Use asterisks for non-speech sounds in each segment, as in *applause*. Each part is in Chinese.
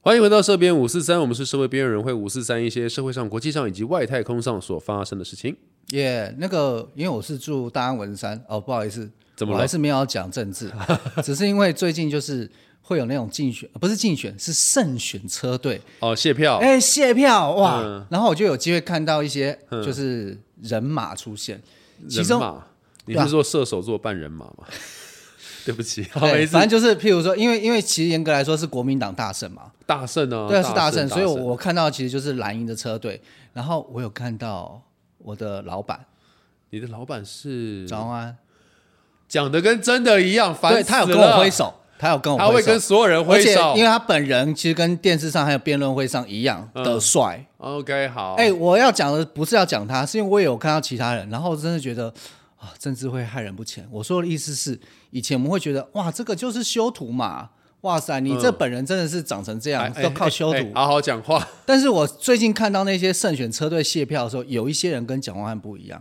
欢迎回到社边五四三，我们是社会边缘人会五四三一些社会上、国际上以及外太空上所发生的事情。耶、那个，因为我是住大安文山哦，不好意思，怎么我了还是没有要讲政治， *laughs* 只是因为最近就是会有那种竞选，呃不是竞选，是胜选车队，哦，嗯谢票，哎、谢票哇、然后我就有机会看到一些就是人马出现，嗯其人中啊马，你是说射手座扮人马吗？对不起， *laughs* *laughs* 好没 *laughs* 对，哎事反，正就是譬如说，因为因为其实严格来说是国民党大胜嘛，大圣啊，对，是大圣，胜，所以我我看到其实就是蓝营的车队，然后我有看到我的老板你的老板是张安，讲的跟真的一样，烦对死他有跟了我挥，手，他有跟我他会挥手，跟所有人挥而且手因为。他本人其实跟电视上还有辩论会上一样的帅。 OK，好，哎、我要讲的不是要讲他，是因为我也有看到其他人，然后我真的觉得啊，政治会害人不浅。我说的意思是，以前我们会觉得哇，这个就是修图嘛，哇塞，你这本人真的是长成这样，嗯哎都靠修图。哎哎哎好好讲话。但是我最近看到那些胜选车队卸票的时候，有一些人跟蒋万安不一样，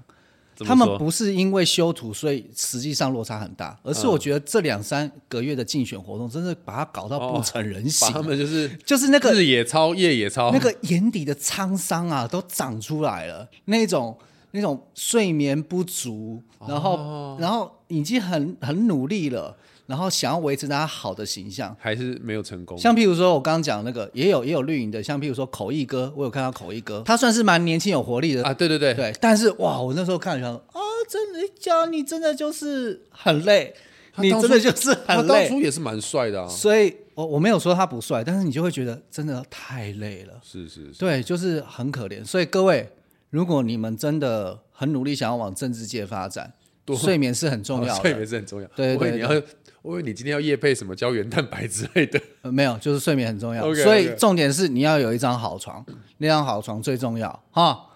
怎么他们说不是因为修图，所以实际上落差很大，而嗯是我觉得这两三个月的竞选活动，真的把他搞到不成人形，哦把他们就是就是那个日野操、夜野操，那个眼底的沧桑啊，都长出来了，那种那种睡眠不足，哦然后、然后已经很很努力了，然后想要维持大家好的形象。还是没有成功。像譬如说，我刚刚讲那个，也有也有绿营的，像譬如说口译哥，我有看到口译哥，他算是蛮年轻有活力的，啊，对对对，对。但是哇，我那时候看了想说，啊，真的假的，你真的就是很累，他你当真初的就是他很当累。初也是蛮帅的啊。所以我我没有说他不帅，但是你就会觉得真的太累了，是是是，对，就是很可怜。所以各位，如果你们真的很努力想要往政治界发展，睡眠是很 *laughs* 重要哦睡的。眠是很重要。对对我以为对你要， *laughs* 我以为你今天要夜配什么胶原蛋白之类的。 *laughs* 呃没有，就是睡眠很重要。 OK，OK 所以重点是你要有一张好床，那张好床最重要哈。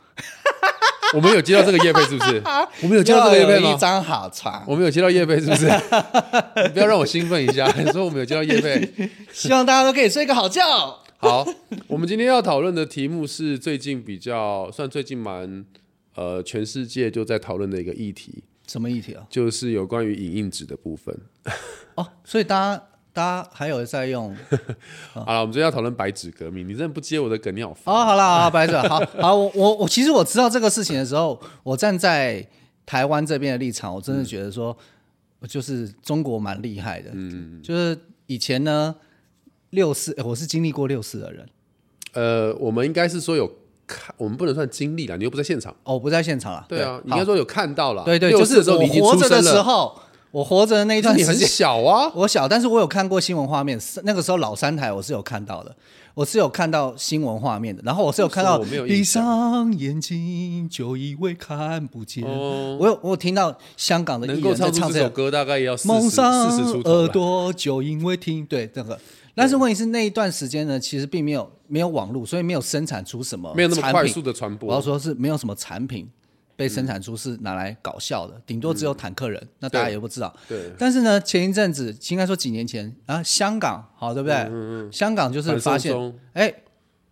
我们有接到这个夜配是不 *laughs* 是？我们有接到这个夜配要有吗一？张好 *laughs* 床，我们有接到夜配是 *laughs* 不是？你不要让我兴奋一下， *laughs* 你说我们有接到夜配。希望大家都可以睡个好觉。好，我们今天要讨论的题目是最近比较算最近蛮呃全世界就在讨论的一个议题，什么议题啊？就是有关于影印纸的部分。哦，所以大家大家还有在用好了，我们今天要讨论白纸革命，你真的不接我的梗，你好烦。哦，好啦，好，白色，好好，我我我其实我知道这个事情的时候，我站在台湾这边的立场，嗯我真的觉得说，就是中国蛮厉害的，嗯，就是以前呢。六四、诶我是经历过六四的人，呃，我们应该是说有看，我们不能算经历啦，你又不在现场。哦，我不在现场了。对啊，你应好该说有看到啦。对对，六就四的是时候我你已经活出着生的时了，候，我活着的那一段 *laughs* 你时很间，小啊。我小，但是我有看过新闻画面，是那个时候老三台我是有看到的，我是有看到新闻画面的，然后我是有看到为什么我没有印闭上眼睛就以为看不见，哦我有我有听到香港的能艺够人在唱唱出这这首个歌，大概也要四蒙十上四十出头耳吧。朵就因为听对这个，但是问题是那一段时间呢，其实并没有没有网络，所以没有生产出什么没有那么产快品速的传播。我要说是没有什么产品被生产出是拿来搞笑的，顶多只有坦克人，那大家也不知道。嗯对，但是呢，前一阵子应该说几年前啊，香港好对不嗯对？香港就是发现反送中，哎，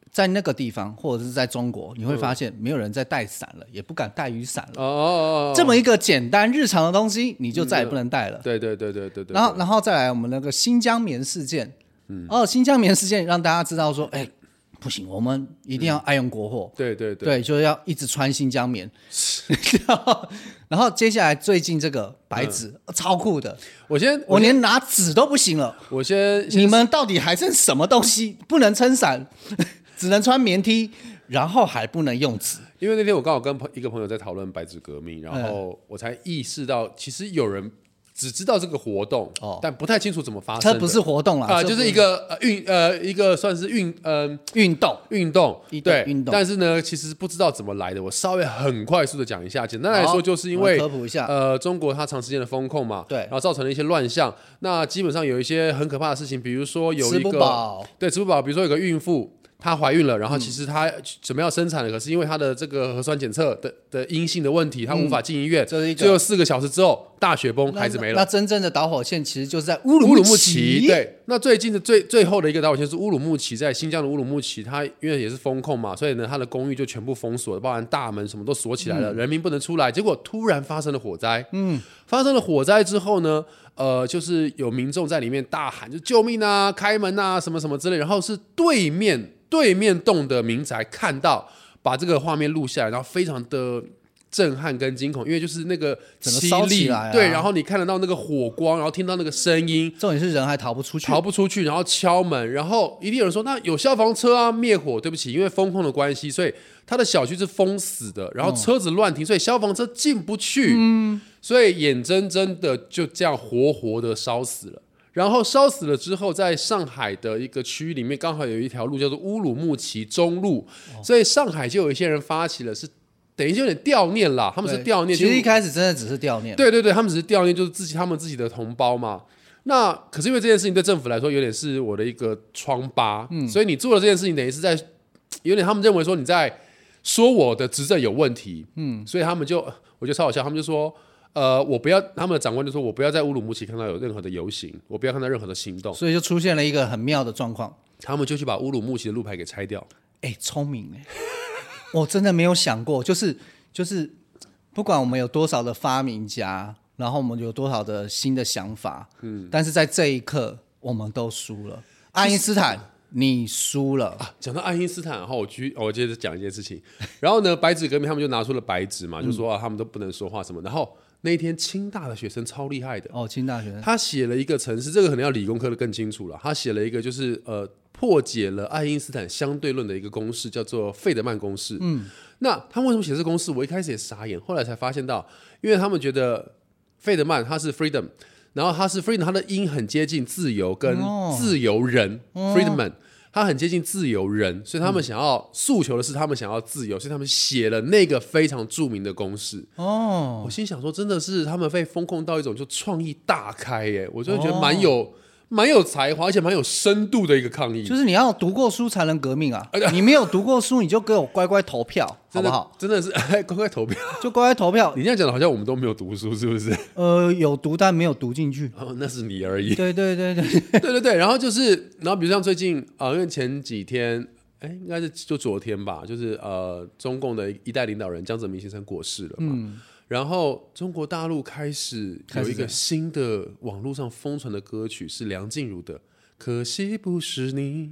在那个地方或者是在中国，嗯你会发现没有人在带伞了，也不敢带雨伞了。哦哦哦这么一个简单日常的东西，你就再也不能带了哦，。对对对对对对。然后，然后再来我们那个新疆棉事件，嗯哦，新疆棉事件让大家知道说，哎，不行，我们一定要爱用国货。对对嗯对，对，就是要一直穿新 *laughs* 疆棉， *laughs* 然后然后接下来最近这个白纸、嗯超酷的，我先我我连拿纸都不行了。我先你们到底还剩什么东西不能撑伞， *laughs* 只能穿棉 T，然后还不能用纸？因为那天我刚好跟朋一个朋友在讨论白纸革命，然嗯后我才意识到，其实有人只知道这个活动，哦但不太清楚怎么发生它的。不是活动啦，啊、这就是不一个呃运呃一个算是运嗯运动。运动运，动对运动但是呢，其实不知道怎么来的，我稍微很快速的讲一下。简单来好说，就是因我们为科普一下呃，中国它长时间的风控嘛，对然后造成了一些乱象。那基本上有一些很可怕的事情，比如说有吃一不个饱，嗯对吃不饱，比如说有个孕妇。她怀孕了，然后其实她准备要生产了，可是因为她的这个核酸检测的的阴性的问题，她无法进医院。嗯这是一个最后四个小时之后，大雪崩，孩子没了那。那真正的导火线其实就是在乌乌鲁木木齐，对，那最近的最最后的一个导火线是乌鲁木齐，在新疆的乌鲁木齐，它因为也是风控嘛，所以呢，它的公寓就全部封锁了，包含大门什么嗯都锁起来了，人民不能出来。结果突然发生了火灾，嗯，发生了火灾之后呢，呃，就是有民众在里面大喊，就救命啊，开门啊，什么什么之类。然后是对面对面栋的民宅看到，把这个画面录下来，然后非常的震撼跟惊恐，因为就是那个整个凄烧起厉，来啊对，然后你看得到那个火光，然后听到那个声音，重点是人还逃不出去，逃不出去，然后敲门，然后一定有人说，那有消防车啊，灭火。对不起，因为风控的关系，所以他的小区是封死的，然后车子乱停，所以消防车进不去。嗯，所以眼睁睁的就这样活活的烧死了。然后烧死了之后，在上海的一个区域里面，刚好有一条路叫做乌鲁木齐中路，所以上海就有一些人发起了是，等于就有点悼念啦，他们是对悼念，其就实一开始真的只是掉念，对对对，他们只是悼念，就是自己他们自己的同胞嘛。那可是因为这件事情对政府来说有点是我的一个疮疤，所以你做了这件事情，等于是在有点他们认为说你在说我的执政有问题，嗯，所以他们就我觉得超好笑，他们就说。呃，我不要，他们的长官就说，我不要在乌鲁木齐看到有任何的游行，我不要看到任何的行动，所以就出现了一个很妙的状况。他们就去把乌鲁木齐的路牌给拆掉。哎，聪明哎，我真的没有想过，就是就是，不管我们有多少的发明家，然后我们有多少的新的想法，嗯，但是在这一刻，我们都输了。爱因斯坦，你输了，啊讲到爱因斯坦，然后我去，哦我接着讲一件事情。 *laughs* 然后呢，白纸革命他们就拿出了白纸嘛，就说啊，他们都不能说话什么。然后那一天，清大的学生超厉害的，哦，清大学生，他写了一个城市，这个可能要理工科的更清楚了。他写了一个就是呃破解了爱因斯坦相对论的一个公式，叫做费德曼公式。嗯，那他为什么写这公式？我一开始也傻眼，后来才发现到，因为他们觉得费德曼他是 freedom，然后他是 freedom，他的音很接近自由跟哦自由人、freedman。他很接近自由人，所以他们想要诉求的是他们想要自由，所以他们写了那个非常著名的公式。哦，我心想说，真的是他们被风控到一种就创意大开耶，我真的觉得蛮有、蛮有才华，而且蛮有深度的一个抗议，哦就是你要读过书才能革命啊！你没有读过书，你就给我乖乖投票，哎好 *laughs* 真不的好？？真的是哎，乖乖投票！就乖乖投票。你这样讲的好像我们都没有读书，是不是？呃，有读但没有读进去。哦，那是你而已。对对 *laughs* 对对，对对对，然后就是，然后比如像最近啊、呃因为前几天，哎，应该是就昨天吧，就是呃，中共的一代领导人江泽民先生过世了嘛。然后中国大陆开始开有始一这个样新的网络上疯传的歌曲是梁静茹的《可惜不是你》，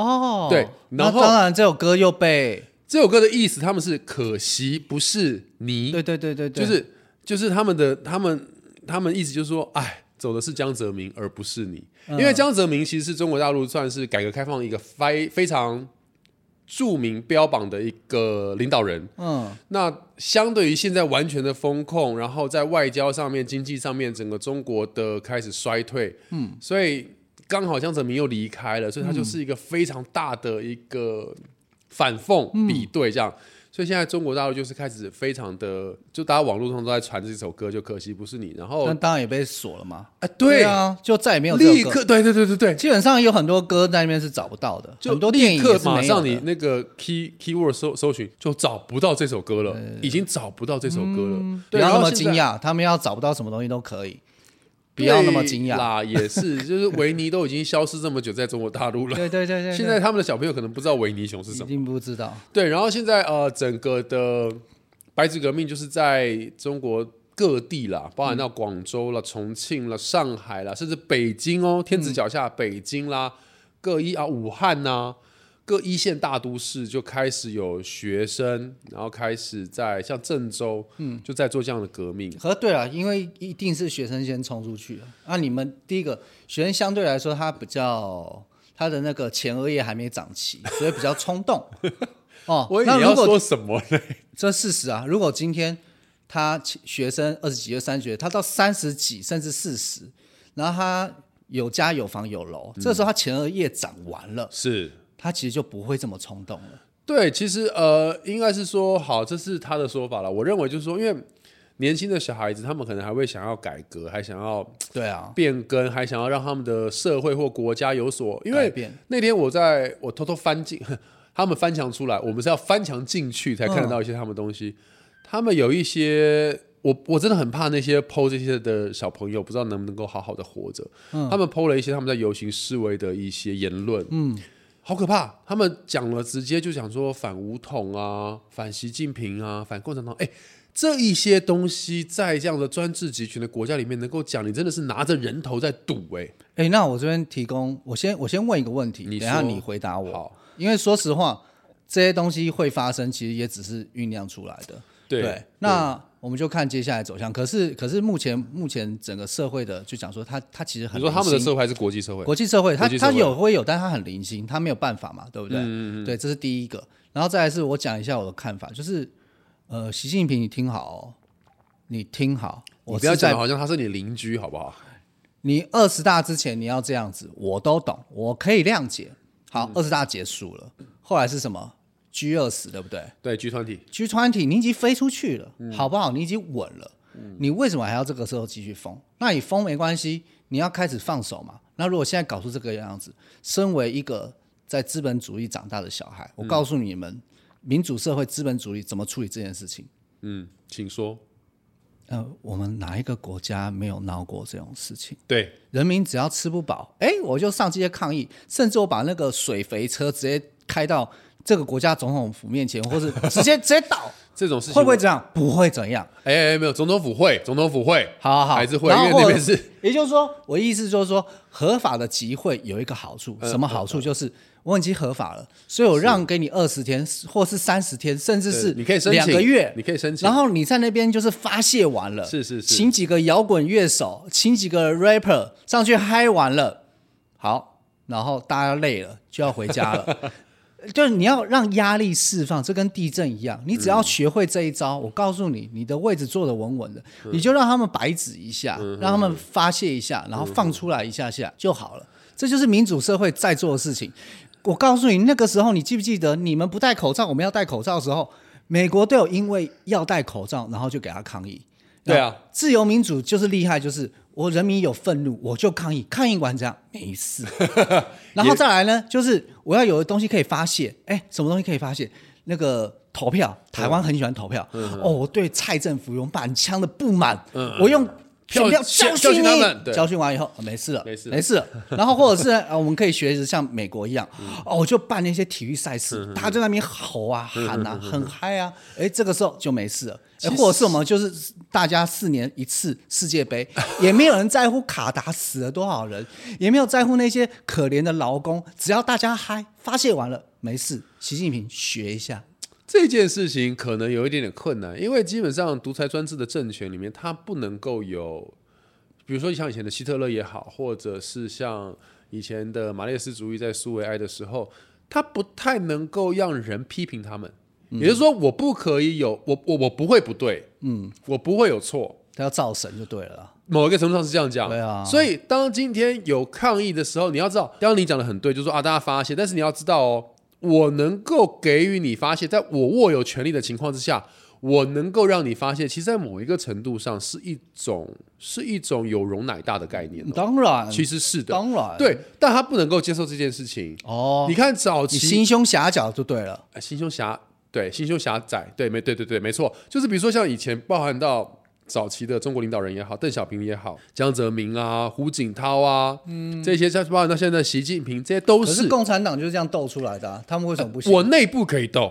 哦，对然那后当然这首歌又被，这首歌的意思，他们是可惜不是你，对对对对对，就是就是他们的他们他们意思就是说，哎，走的是江泽民而不是你，嗯因为江泽民其实是中国大陆算是改革开放一个非非常著名标榜的一个领导人。嗯，那相对于现在完全的风控，然后在外交上面、经济上面，整个中国的开始衰退，嗯，所以刚好江泽民又离开了，所以他嗯就是一个非常大的一个反讽嗯比对这样。所以现在中国大陆就是开始非常的，就大家网络上都在传这首歌，就可惜不是你。然后那当然也被锁了嘛。啊，啊，就再也没有这立首歌。刻，对对对对对，基本上有很多歌在那边是找不到的，就很多电立影刻也是马没有上的你那个 key keyword 搜搜寻就找不到这首歌了，呃已经找不到这首歌了。不对，要然后嗯那么现惊在讶，他们要找不到什么东西都可以，不要那么惊对讶。啦，也是，就是维尼都已经消失这么久，在中国大陆了。 *laughs* 对对对对，对现在他们的小朋友可能不知道维尼熊是什一么。定不知道。对，然后现在呃，整个的白纸革命就是在中国各地啦，包嗯含到广州啦、重庆啦、上海啦，甚至北京哦，天嗯子脚下北京啦，各一啊武汉呐、各一线大都市就开始有学生，然后开始在像郑州，嗯，就在做这样的革命。和对了，因为一定是学生先冲出去了。那、你们第一个学生相对来说，他比较他的那个前额叶还没长齐，所以比较冲 *laughs* 动。哦我，以那为你如要果说什么 *laughs* 呢？这事实啊，如果今天他学生二十几、二三十几，他到三十几甚至四十，然后他有家有房有楼，嗯这时候他前额叶长完了，是他其实就不会这么冲动了。对，其实呃，应该是说好，这是他的说法了。我认为就是说，因为年轻的小孩子，他们可能还会想要改革，还想要对啊，变更，还想要让他们的社会或国家有所。因改为变那天我在我偷偷翻进， *laughs* 他们翻墙出来，我们是要翻墙进去才看得到一些他们东西。他们有一些，我我真的很怕那些剖这些的小朋友，不知道能不能够好好的活着。嗯他们剖了一些他们在游行示威的一些言论，嗯，好可怕。他们讲了，直接就讲说反武统啊，反习近平啊，反共产党，哎。这一些东西在这样的专制集权的国家里面能够讲，你真的是拿着人头在赌哎、哎，那我这边提供，我先我先问一个问题，你等一下说你回答我。好，因为说实话，这些东西会发生，其实也只是酝酿出来的。那我们就看接下来走向。可是，可是目前目前整个社会的，就讲说它它其实很你说他们的零星社会还是国际社会？国际社会，它国际社它会嗯有会有，但它很零星，它没有办法嘛，对不对？对，这是第一个。然后再来是我讲一下我的看法，就是呃，习近平，你听好、哦，你听好，你我不要是讲在得哦好像他是你邻居好不好？你二十大之前你要这样子，我都懂，我可以谅解。嗯好，二十、大结束了，后来是什么？G 二十对不对对，G 团体？G 团体你已经飞出去了，好不好？你已经稳了，你为什么还要这个时候继续封？那你封没关系，你要开始放手嘛。那如果现在搞出这个样子，身为一个在资本主义长大的小孩，我告诉你们，民主社会资本主义怎么处理这件事情？嗯，请说。呃，我们哪一个国家没有闹过这种事情？对，人民只要吃不饱，哎，我就上街抗议，甚至我把那个水肥车直接开到这个国家总统府面前，或是直接直接倒，这种事情会不会？这样？不会怎样。哎哎，哎没有，总统府会，总统府会，好好好，还是会，然因后为那或边者是，也就是说，我意思就是说，合法的集会有一个好处，呃什么好处？就是我已经合法了，所以我让给你二十天，或是三十天，甚至是对你可以申请两个月，你可以申请然后你在那边就是发泄完了，是是是请几个摇滚乐手，请几个 rapper 上去嗨完了，好，然后大家累了就要回家了。就是你要让压力释放，这跟地震一样，你嗯只要学会这一招，我告诉你，你的位置坐得稳稳的，你就让他们白纸一下，嗯让他们发泄一下，然后放出来一下下就好了。这就是民主社会在做的事情。我告诉你，那个时候你记不记得，你们不戴口罩，我们要戴口罩的时候，美国都有因为要戴口罩，然后就给他抗议。对啊，自由民主就是厉害，就是我人民有愤怒，我就抗议，抗议完这样没事。然后再来呢，就是我要有的东西可以发泄，哎，什么东西可以发泄？那个投票，嗯台湾很喜欢投票。哦，我对蔡政府有满腔的不满，我用。嗯票选教票教教训训他你们对教训完以后、呃没事了，没事了没事 *laughs* 了。然后或者是、呃、我们可以学着像美国一样，嗯哦，我就办那些体育赛事，大家在那边吼啊、喊嗯啊、很嗨啊，哎，这个时候就没事了。哎，或者是我们就是大家四年一次世界杯， *laughs* 也没有人在乎卡达死了多少人，也没有在乎那些可怜的劳工，只要大家嗨发泄完了没事。习近平学一下，这件事情可能有一点点困难，因为基本上独裁专制的政权里面，它不能够有，比如说像以前的希特勒也好，或者是像以前的马列斯主义在苏维埃的时候，它不太能够让人批评他们。也就是说，我不可以有我我我不会不对，嗯，我不会有错，他要造神就对了啦。某一个程度上是这样讲，对啊所以当今天有抗议的时候，你要知道，刚刚你讲的很对，就是说啊，大家发泄，但是你要知道哦，我能够给予你发泄，在我握有权利的情况之下，我能够让你发泄，其实，在某一个程度上是一种是一种有容乃大的概念、哦，当然，其实是的，当然，对，但他不能够接受这件事情。哦，你看早你期心胸狭窄就对了。呃心胸狭对，心胸狭窄，对，没对对对，没错，就是比如说像以前包含到早期的中国领导人也好，邓小平也好，江泽民啊，胡锦涛啊，嗯，这些像包含到现在的习近平，这些都可是是呃共产党就是这样斗出来的、啊，他们为什么不行？我内部可以斗，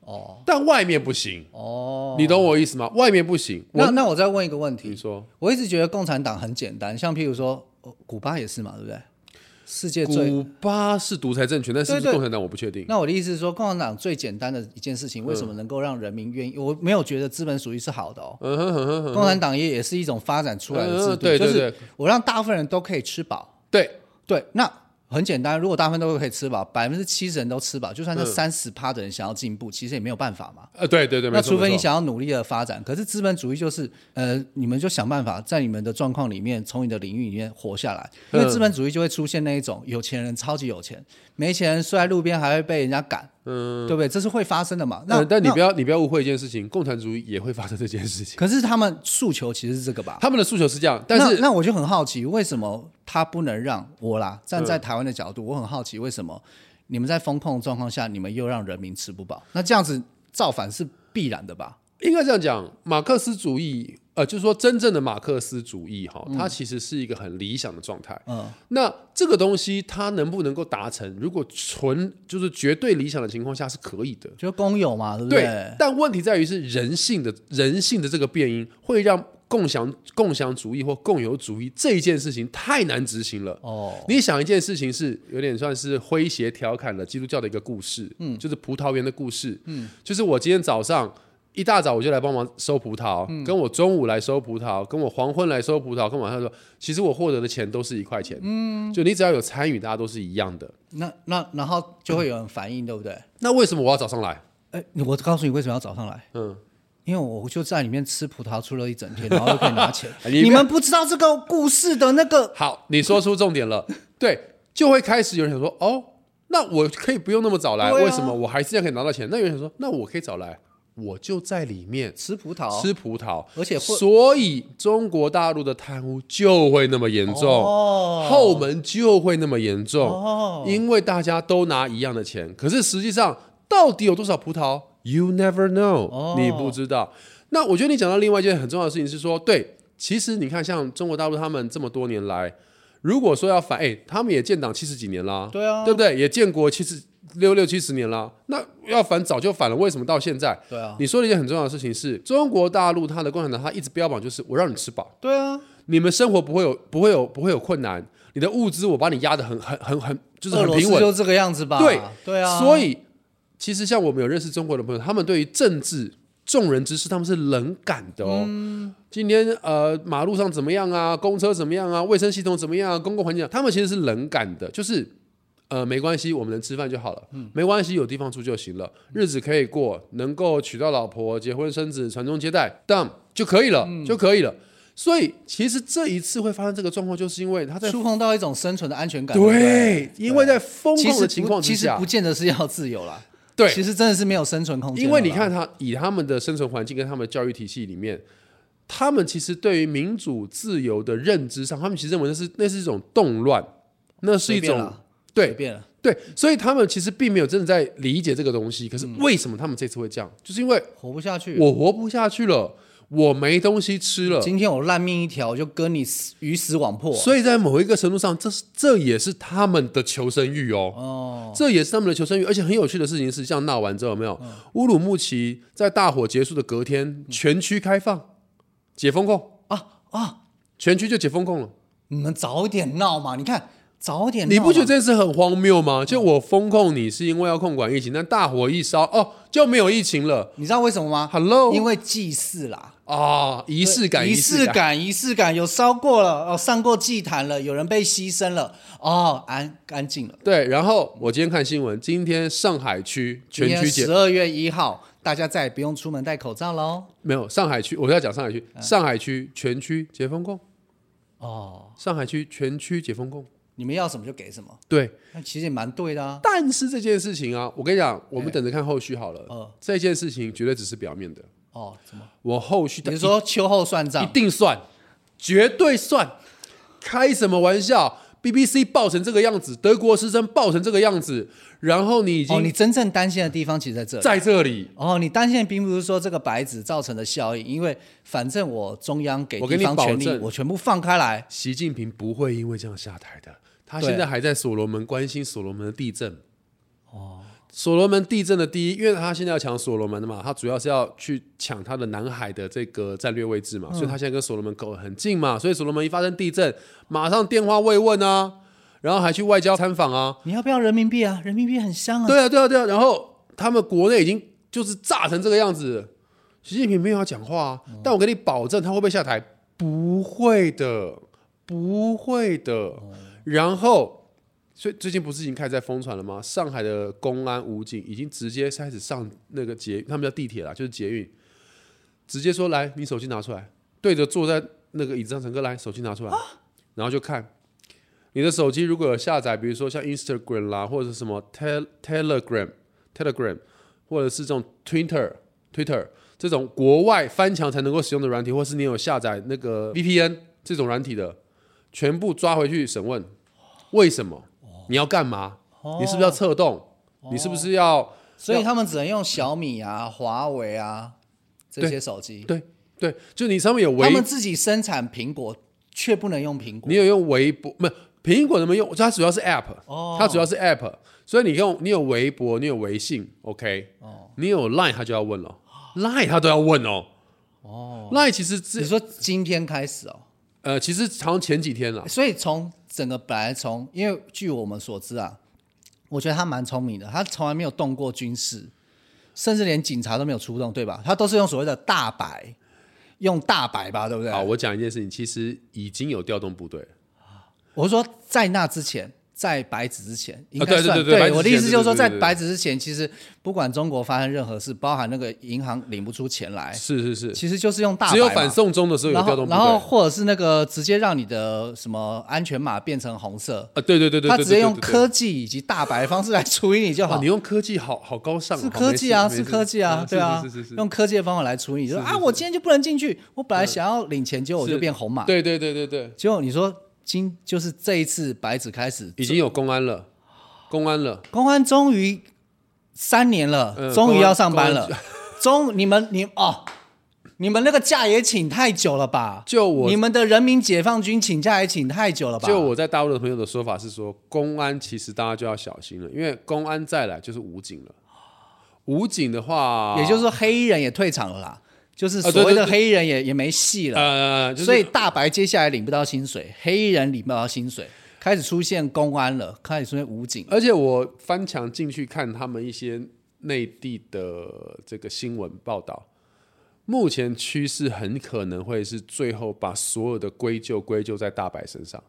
哦但外面不行，哦，你懂我意思吗？外面不行，那我那我再问一个问题，你说我一直觉得共产党很简单，像譬如说，呃古巴也是嘛，对不对？世界最……古巴是独裁政权，但是不是对对共产党我不确定，那我的意思是说，共产党最简单的一件事情，为什么能够让人民愿意？我没有觉得资本主义是好的哦，嗯哼哼哼哼，共产党也也是一种发展出来的制度，嗯对对就是对我让大部分人都可以吃饱，对，对，那很简单，如果大部分都可以吃饱，百分之七十人都吃饱，就算那嗯三十趴的人想要进步，其实也没有办法嘛。呃，对对对，没那错除非没你错想要努力的发展，可是资本主义就是，呃，你们就想办法在你们的状况里面，从你的领域里面活下来。嗯因为资本主义就会出现那一种有钱人超级有钱，没钱人睡在路边还会被人家赶，嗯，对不对？这是会发生的嘛？那呃但你那不要你不要误会一件事情，共产主义也会发生这件事 *laughs* 情，可是他们诉求其实是这个吧？他们的诉求是这样，但那是那我就很好奇，为什么他不能让我啦？站在台湾的角度，我很好奇为什么你们在风控的状况下，你们又让人民吃不饱？那这样子造反是必然的吧？应该这样讲，马克思主义呃，就是说真正的马克思主义哈，它其实是一个很理想的状态。嗯，那这个东西它能不能够达成？如果纯就是绝对理想的情况下是可以的，就公有嘛，对不对。但问题在于是人性的人性的这个变因会让共享共享主义或共有主义这一件事情太难执行了。哦，你想一件事情是有点算是诙谐调侃了基督教的一个故事，嗯，就是葡萄园的故事，嗯，就是我今天早上一大早我就来帮忙收葡萄，跟我中午来收葡萄，跟我黄昏来收葡萄，跟晚上说，其实我获得的钱都是一块钱，嗯，就你只要有参与，大家都是一样的。那那然后就会有人反应，对不对？那为什么我要早上来？哎，我告诉你为什么要早上来，嗯，。因为我就在里面吃葡萄吃了一整天，然后又可以拿钱 *laughs* 你你们不知道这个故事的那个好，你说出重点了， *laughs* 对，就会开始有人想说，哦，那我可以不用那么早来，对啊为什么我还是这样可以拿到钱？那有人想说，那我可以早来，我就在里面。吃葡萄，吃葡萄，而且哦会所以中国大陆的贪污就会那么严重，哦后门就会那么严重，哦因为大家都拿一样的钱，可是实际上到底有多少葡萄，you never know，、哦你不知道。那我觉得你讲到另外一件很重要的事情是说，对，其实你看像中国大陆他们这么多年来，如果说要反，哎、他们也建党七十几年啦，对啊对不对？也建国七十六六七十年啦，那要反早就反了，为什么到现在？对啊，你说了一件很重要的事情是，中国大陆它的共产党，它一直标榜就是我让你吃饱，对啊，你们生活不会有不会有不会有困难，你的物资我把你压得很很很很就是俄很罗斯平稳，就这个样子吧？对对啊，所以其实像我们有认识中国的朋友，他们对于政治众人之事他们是冷感的哦。嗯今天呃马路上怎么样啊，公车怎么样啊，卫生系统怎么样啊，公共环境怎么样他们其实是冷感的，就是。呃，没关系，我们能吃饭就好了，嗯没关系，有地方住就行了，日子可以过，能够娶到老婆、结婚生子、传宗接代，当就可以了，嗯就可以了。所以其实这一次会发生这个状况，就是因为他在触碰到一种生存的安全感。不对，因为在疯其狂实的情况不之其实下不，见得是要自由啦。对，其实真的是没有生存空间。因为你，看他以他们的生存环境跟他们的教育体系里面，他们其实对于民主自由的认知上，他们其实认为那是那是一种动乱，那是一随便种啦随对便了，对，所以他们其实并没有真的在理解这个东西。可嗯是为什么他们这次会这样？就是因为活不下去。我活不下去了，我没东西吃了。今天我烂命一条，我就跟你死鱼死网破。所以在某一个程度上，这是这也是他们的求生欲哦。哦，嗯这也是他们的求生欲。而且很有趣的事情是，这样闹完之后，有没有乌鲁木齐在大火结束的隔天，全区开放，解封控啊啊，全区就解封控了。你们早点闹嘛！你看，早点闹嘛，啊嗯你不觉得这件事很荒谬吗？就我封控你是因为要控管疫情，但大火一烧哦就没有疫情了。你知道为什么吗？ Hello 因为祭祀啦，啊，仪式感，仪式式，感，仪式感，有烧过了，哦，上过祭坛了，有人被牺牲了，哦，安安静了。对，然后我今天看新闻，今天上海区全区解十二月一号，大家再也不用出门戴口罩哦喽。没有，上海区我要讲上海区，嗯上海区全区解封控，哦，上海区全区解封控，你们要什么就给什么，对，那其实也蛮对的啊。但是这件事情啊，我跟你讲，我们等着看后续好了。嗯这件事情绝对只是表面的，哦，怎么？我后续你的是说秋后算一账？定算，绝对算，开什么玩笑？BBC 爆成这个样子，德国之声爆成这个样子，然后你已哦，经你真正担心的地方其实在这里。在这里。哦，你担心的并不是说这个白纸造成的效应，因为反正我中央给我跟地你方权力保，证我全部放开来。习近平不会因为这样下台的，他对现在还在所罗门关心所罗门的地震。哦，所罗门地震的第一，因为他现在要抢所罗门的嘛，他主要是要去抢他的南海的这个战略位置嘛，所以他现在跟所罗门搞得很近嘛，所以所罗门一发生地震，马上电话慰问啊，然后还去外交参访啊，你要不要人民币啊？人民币很香啊。对啊，对啊，对啊，然后他们国内已经就是炸成这个样子，习近平没有要讲话啊，但我跟你保证，他会不会下台？不会的，不会的。然后，所以最近不是已经开始在疯传了吗？上海的公安武警已经直接开始上那个捷，他们叫地铁啦，就是捷运，直接说来，你手机拿出来，对着坐在那个椅子上乘客来，手机拿出来，然后就看。你的手机如果有下载，比如说像 Instagram 啦，或者是什么 Tel Telegram、Telegram，或者是这种 Twitter、Twitter 这种国外翻墙才能够使用的软体，或是你有下载那个 VPN 这种软体的，全部抓回去审问，为什么？你要干嘛？你是不是要策动？你是不是要哦所以他们只能用小米啊、华为啊这些手机。对对，就你上面有他微们自己生产苹果，却不能用苹果你。有用微博，不是苹果怎么用？它主要是 App，、它哦主要是 App，所以你用你有微博，你有微信，OK，哦，你有 Line，他就要问了，Line 他都要问哦，哦，Line 其实你之说今天开始哦，呃，其实好像前几天啊了，所以从整个本来从，因为据我们所知啊，我觉得他蛮聪明的，他从来没有动过军事，甚至连警察都没有出动，对吧？他都是用所谓的大白，用大白吧，对不对？好，我讲一件事情，其实已经有调动部队了，我说在那之前，在白纸之前，哦应该对对算、对对白纸我的之意前思就是说，对对在对对白纸之前，其实不管中国发生任何事，包含那个银行领不出钱来，是是是，其实就是用哎大白只有嘛反送中的时候有然调后动部然后队，或者是那个直接让你的什么安全码变成红色，啊，对对对对，他对直接用，对对对科技以及大白的方式来处理你就哇好你。用科技好好高尚， *laughs* 是好科技啊，没事是没事科技啊，是对啊是是是，是，用科技的方法来处理，你就说啊，我今天就不能进去，我本来想要领钱，结果我就是变红码，对对对对对，结果你说今就是这一次白纸开始，已经有公安了，公安了。公安终于三年了，嗯终于要上班了。 *laughs* 终你们你哦，你们那个假也请太久了吧？就我你们的人民解放军请假也请太久了吧？就我在大陆的朋友的说法是说，公安其实大家就要小心了，因为公安再来就是武警了。武警的话，也就是说黑衣人也退场了啦，就是啊所谓对对的对黑衣人也、也没戏了。呃，就是、所以大白接下来领不到薪水，黑衣人领不到薪水，开始出现公安了，开始出现武警了。而且我翻墙进去看他们一些内地的这个新闻报道，目前趋势很可能会是最后把所有的归咎归咎在大白身上，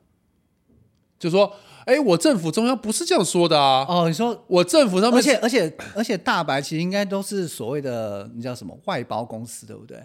就说，哎，我政府中央不是这样说的啊，哦，你说，我政府上面而且而且而且大白其实应该都是所谓的那叫什么外包公司，对不对？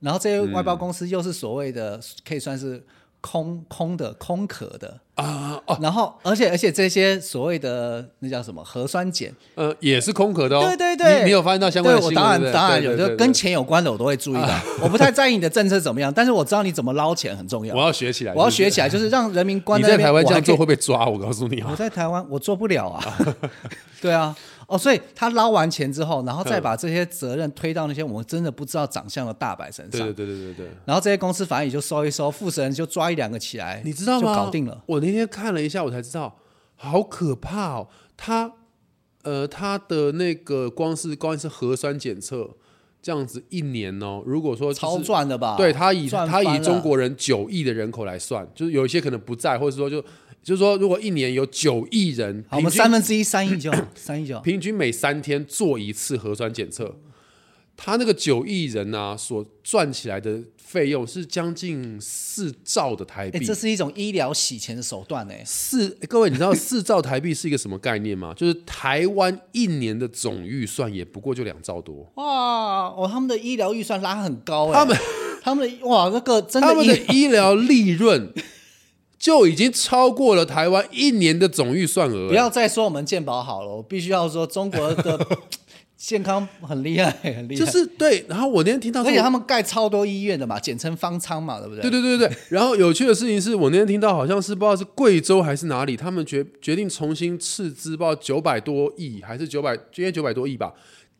然后这些外包公司又是所谓的、可以算是空空的空壳的啊，哦、然后而且而且这些所谓的那叫什么核酸检，呃也是空壳的哦，对对对你你有发现到相关对的我新闻？当然对不对当然对有，对就对啊跟对钱有关的我都会注意到，我不太在意你的政策怎么样，但是我知道你怎么捞钱很重 *laughs* 要我。要学起来，我要是不是学起来，就是让人民关你在那在边台湾这样做我还会被抓，我告诉你可以，我啊。在台湾我做不了啊。 *laughs* 对啊，哦，所以他捞完钱之后，然后嗯再把这些责任推到那些我们真的不知道长相的大白身对上 *laughs* 对，对对对对，然后这些公司反正也就收一收，负责人就抓一两个起来，你知道吗？就搞定了。。我那天看了一下，我才知道，好可怕哦！他呃，他的那个光是光是核酸检测这样子一年哦，如果说、就是、超赚的吧？对他以赚他翻以了中国人九亿的人口来算，就是有一些可能不在，或者说就就是说，如果一年有九亿人，好，我平们均三分之一三亿就好，三亿就好。平均每三天做一次核酸检测，他那个九亿人啊，所赚起来的费用是将近四兆的台哎，币这。是一种医疗洗钱的手段哎。四各位，你知道四兆台币是一个什么概念吗？ *laughs* 就是台湾一年的总预算也不过就两兆多。哇，哦，他们的医疗预算拉很高哎。他们他们的哇，那个真的他们医的医疗利润就已经超过了台湾一年的总预算额。不要再说我们健保好了，我必须要说中国 *laughs* 的健康很厉害，很厉害。就是对，然后我那天听到说，而且他们盖超多医院的嘛，简称方舱嘛，对不对？对对对对对。然后有趣的事情是我那天听到，好像是不知道是贵州还是哪里，他们决决定重新斥资，不知道九百多亿还是九百，应该九百多亿吧，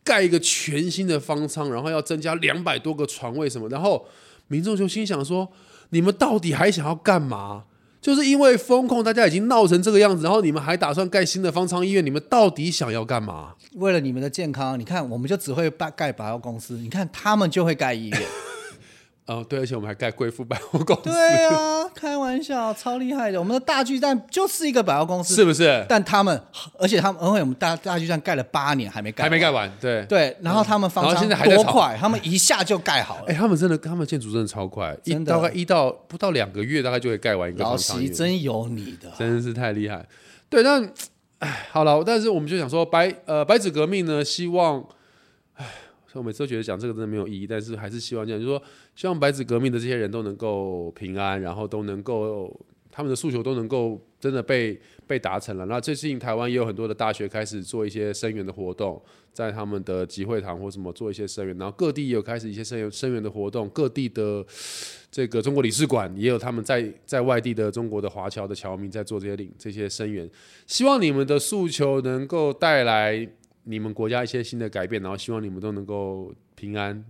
盖一个全新的方舱，然后要增加两百多个床位什么。然后民众就心想说：你们到底还想要干嘛？就是因为风控，大家已经闹成这个样子，然后你们还打算盖新的方舱医院，你们到底想要干嘛？为了你们的健康，你看我们就只会盖盖百货公司，你看他们就会盖医院。哦，对，而且我们还盖贵妇百货公司， *laughs* 对啊，开玩笑，超厉害的。我们的大巨蛋就是一个百货公司，是不是？但他们，而且他们，因为我们大大巨蛋盖了八年还没 *laughs* 盖，还没盖。完，对。对，然后他们方然后舱现在还在多吵快，他们一下就盖好了哎、。他们真的，他们建筑真的超快，一真的大概一到不到两个月，大概就可以盖完一个 *laughs* 老方舱医席院，真有你的。真是太厉害。对，但哎，好了，但是我们就想说白呃白纸革命呢，希望哎，我每次都觉得讲这个真的没有意义，但是还是希望这样，就是说希望白纸革命的这些人都能够平安，然后都能够他们的诉求都能够真的被被达成了。那最近台湾也有很多的大学开始做一些声援的活动，在他们的集会堂或什么做一些声援，然后各地也有开始一些声援声援的活动，各地的这个中国领事馆也有他们在在外地的中国的华侨的侨民在做这些领这些声援，希望你们的诉求能够带来你们国家一些新的改变，然后希望你们都能够平安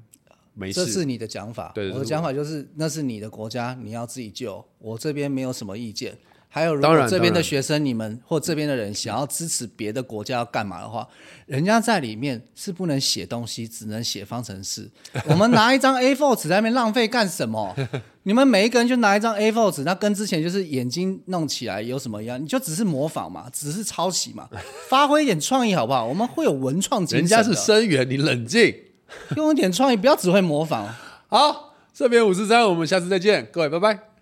没这是事。你的讲法。对我这的是讲法就是那是你的国家，你要自己救。我这边没有什么意见。还有，如当果然这边当的然学生你们或这边的人想要支持别的国家要干嘛的话，人家在里面是不能写东西，只能写方程式。我们拿一张 A4 纸在那边浪费干什么？你们每一个人就拿一张 A4 纸，那跟之前就是眼睛弄起来有什么一样？你就只是模仿嘛，只是抄袭嘛，发挥一点创意好不好？我们会有文创精神人的，家是生源，你冷静。用一点创意，不要只会模仿。好，这边五十三，我们下次再见，各位，拜拜。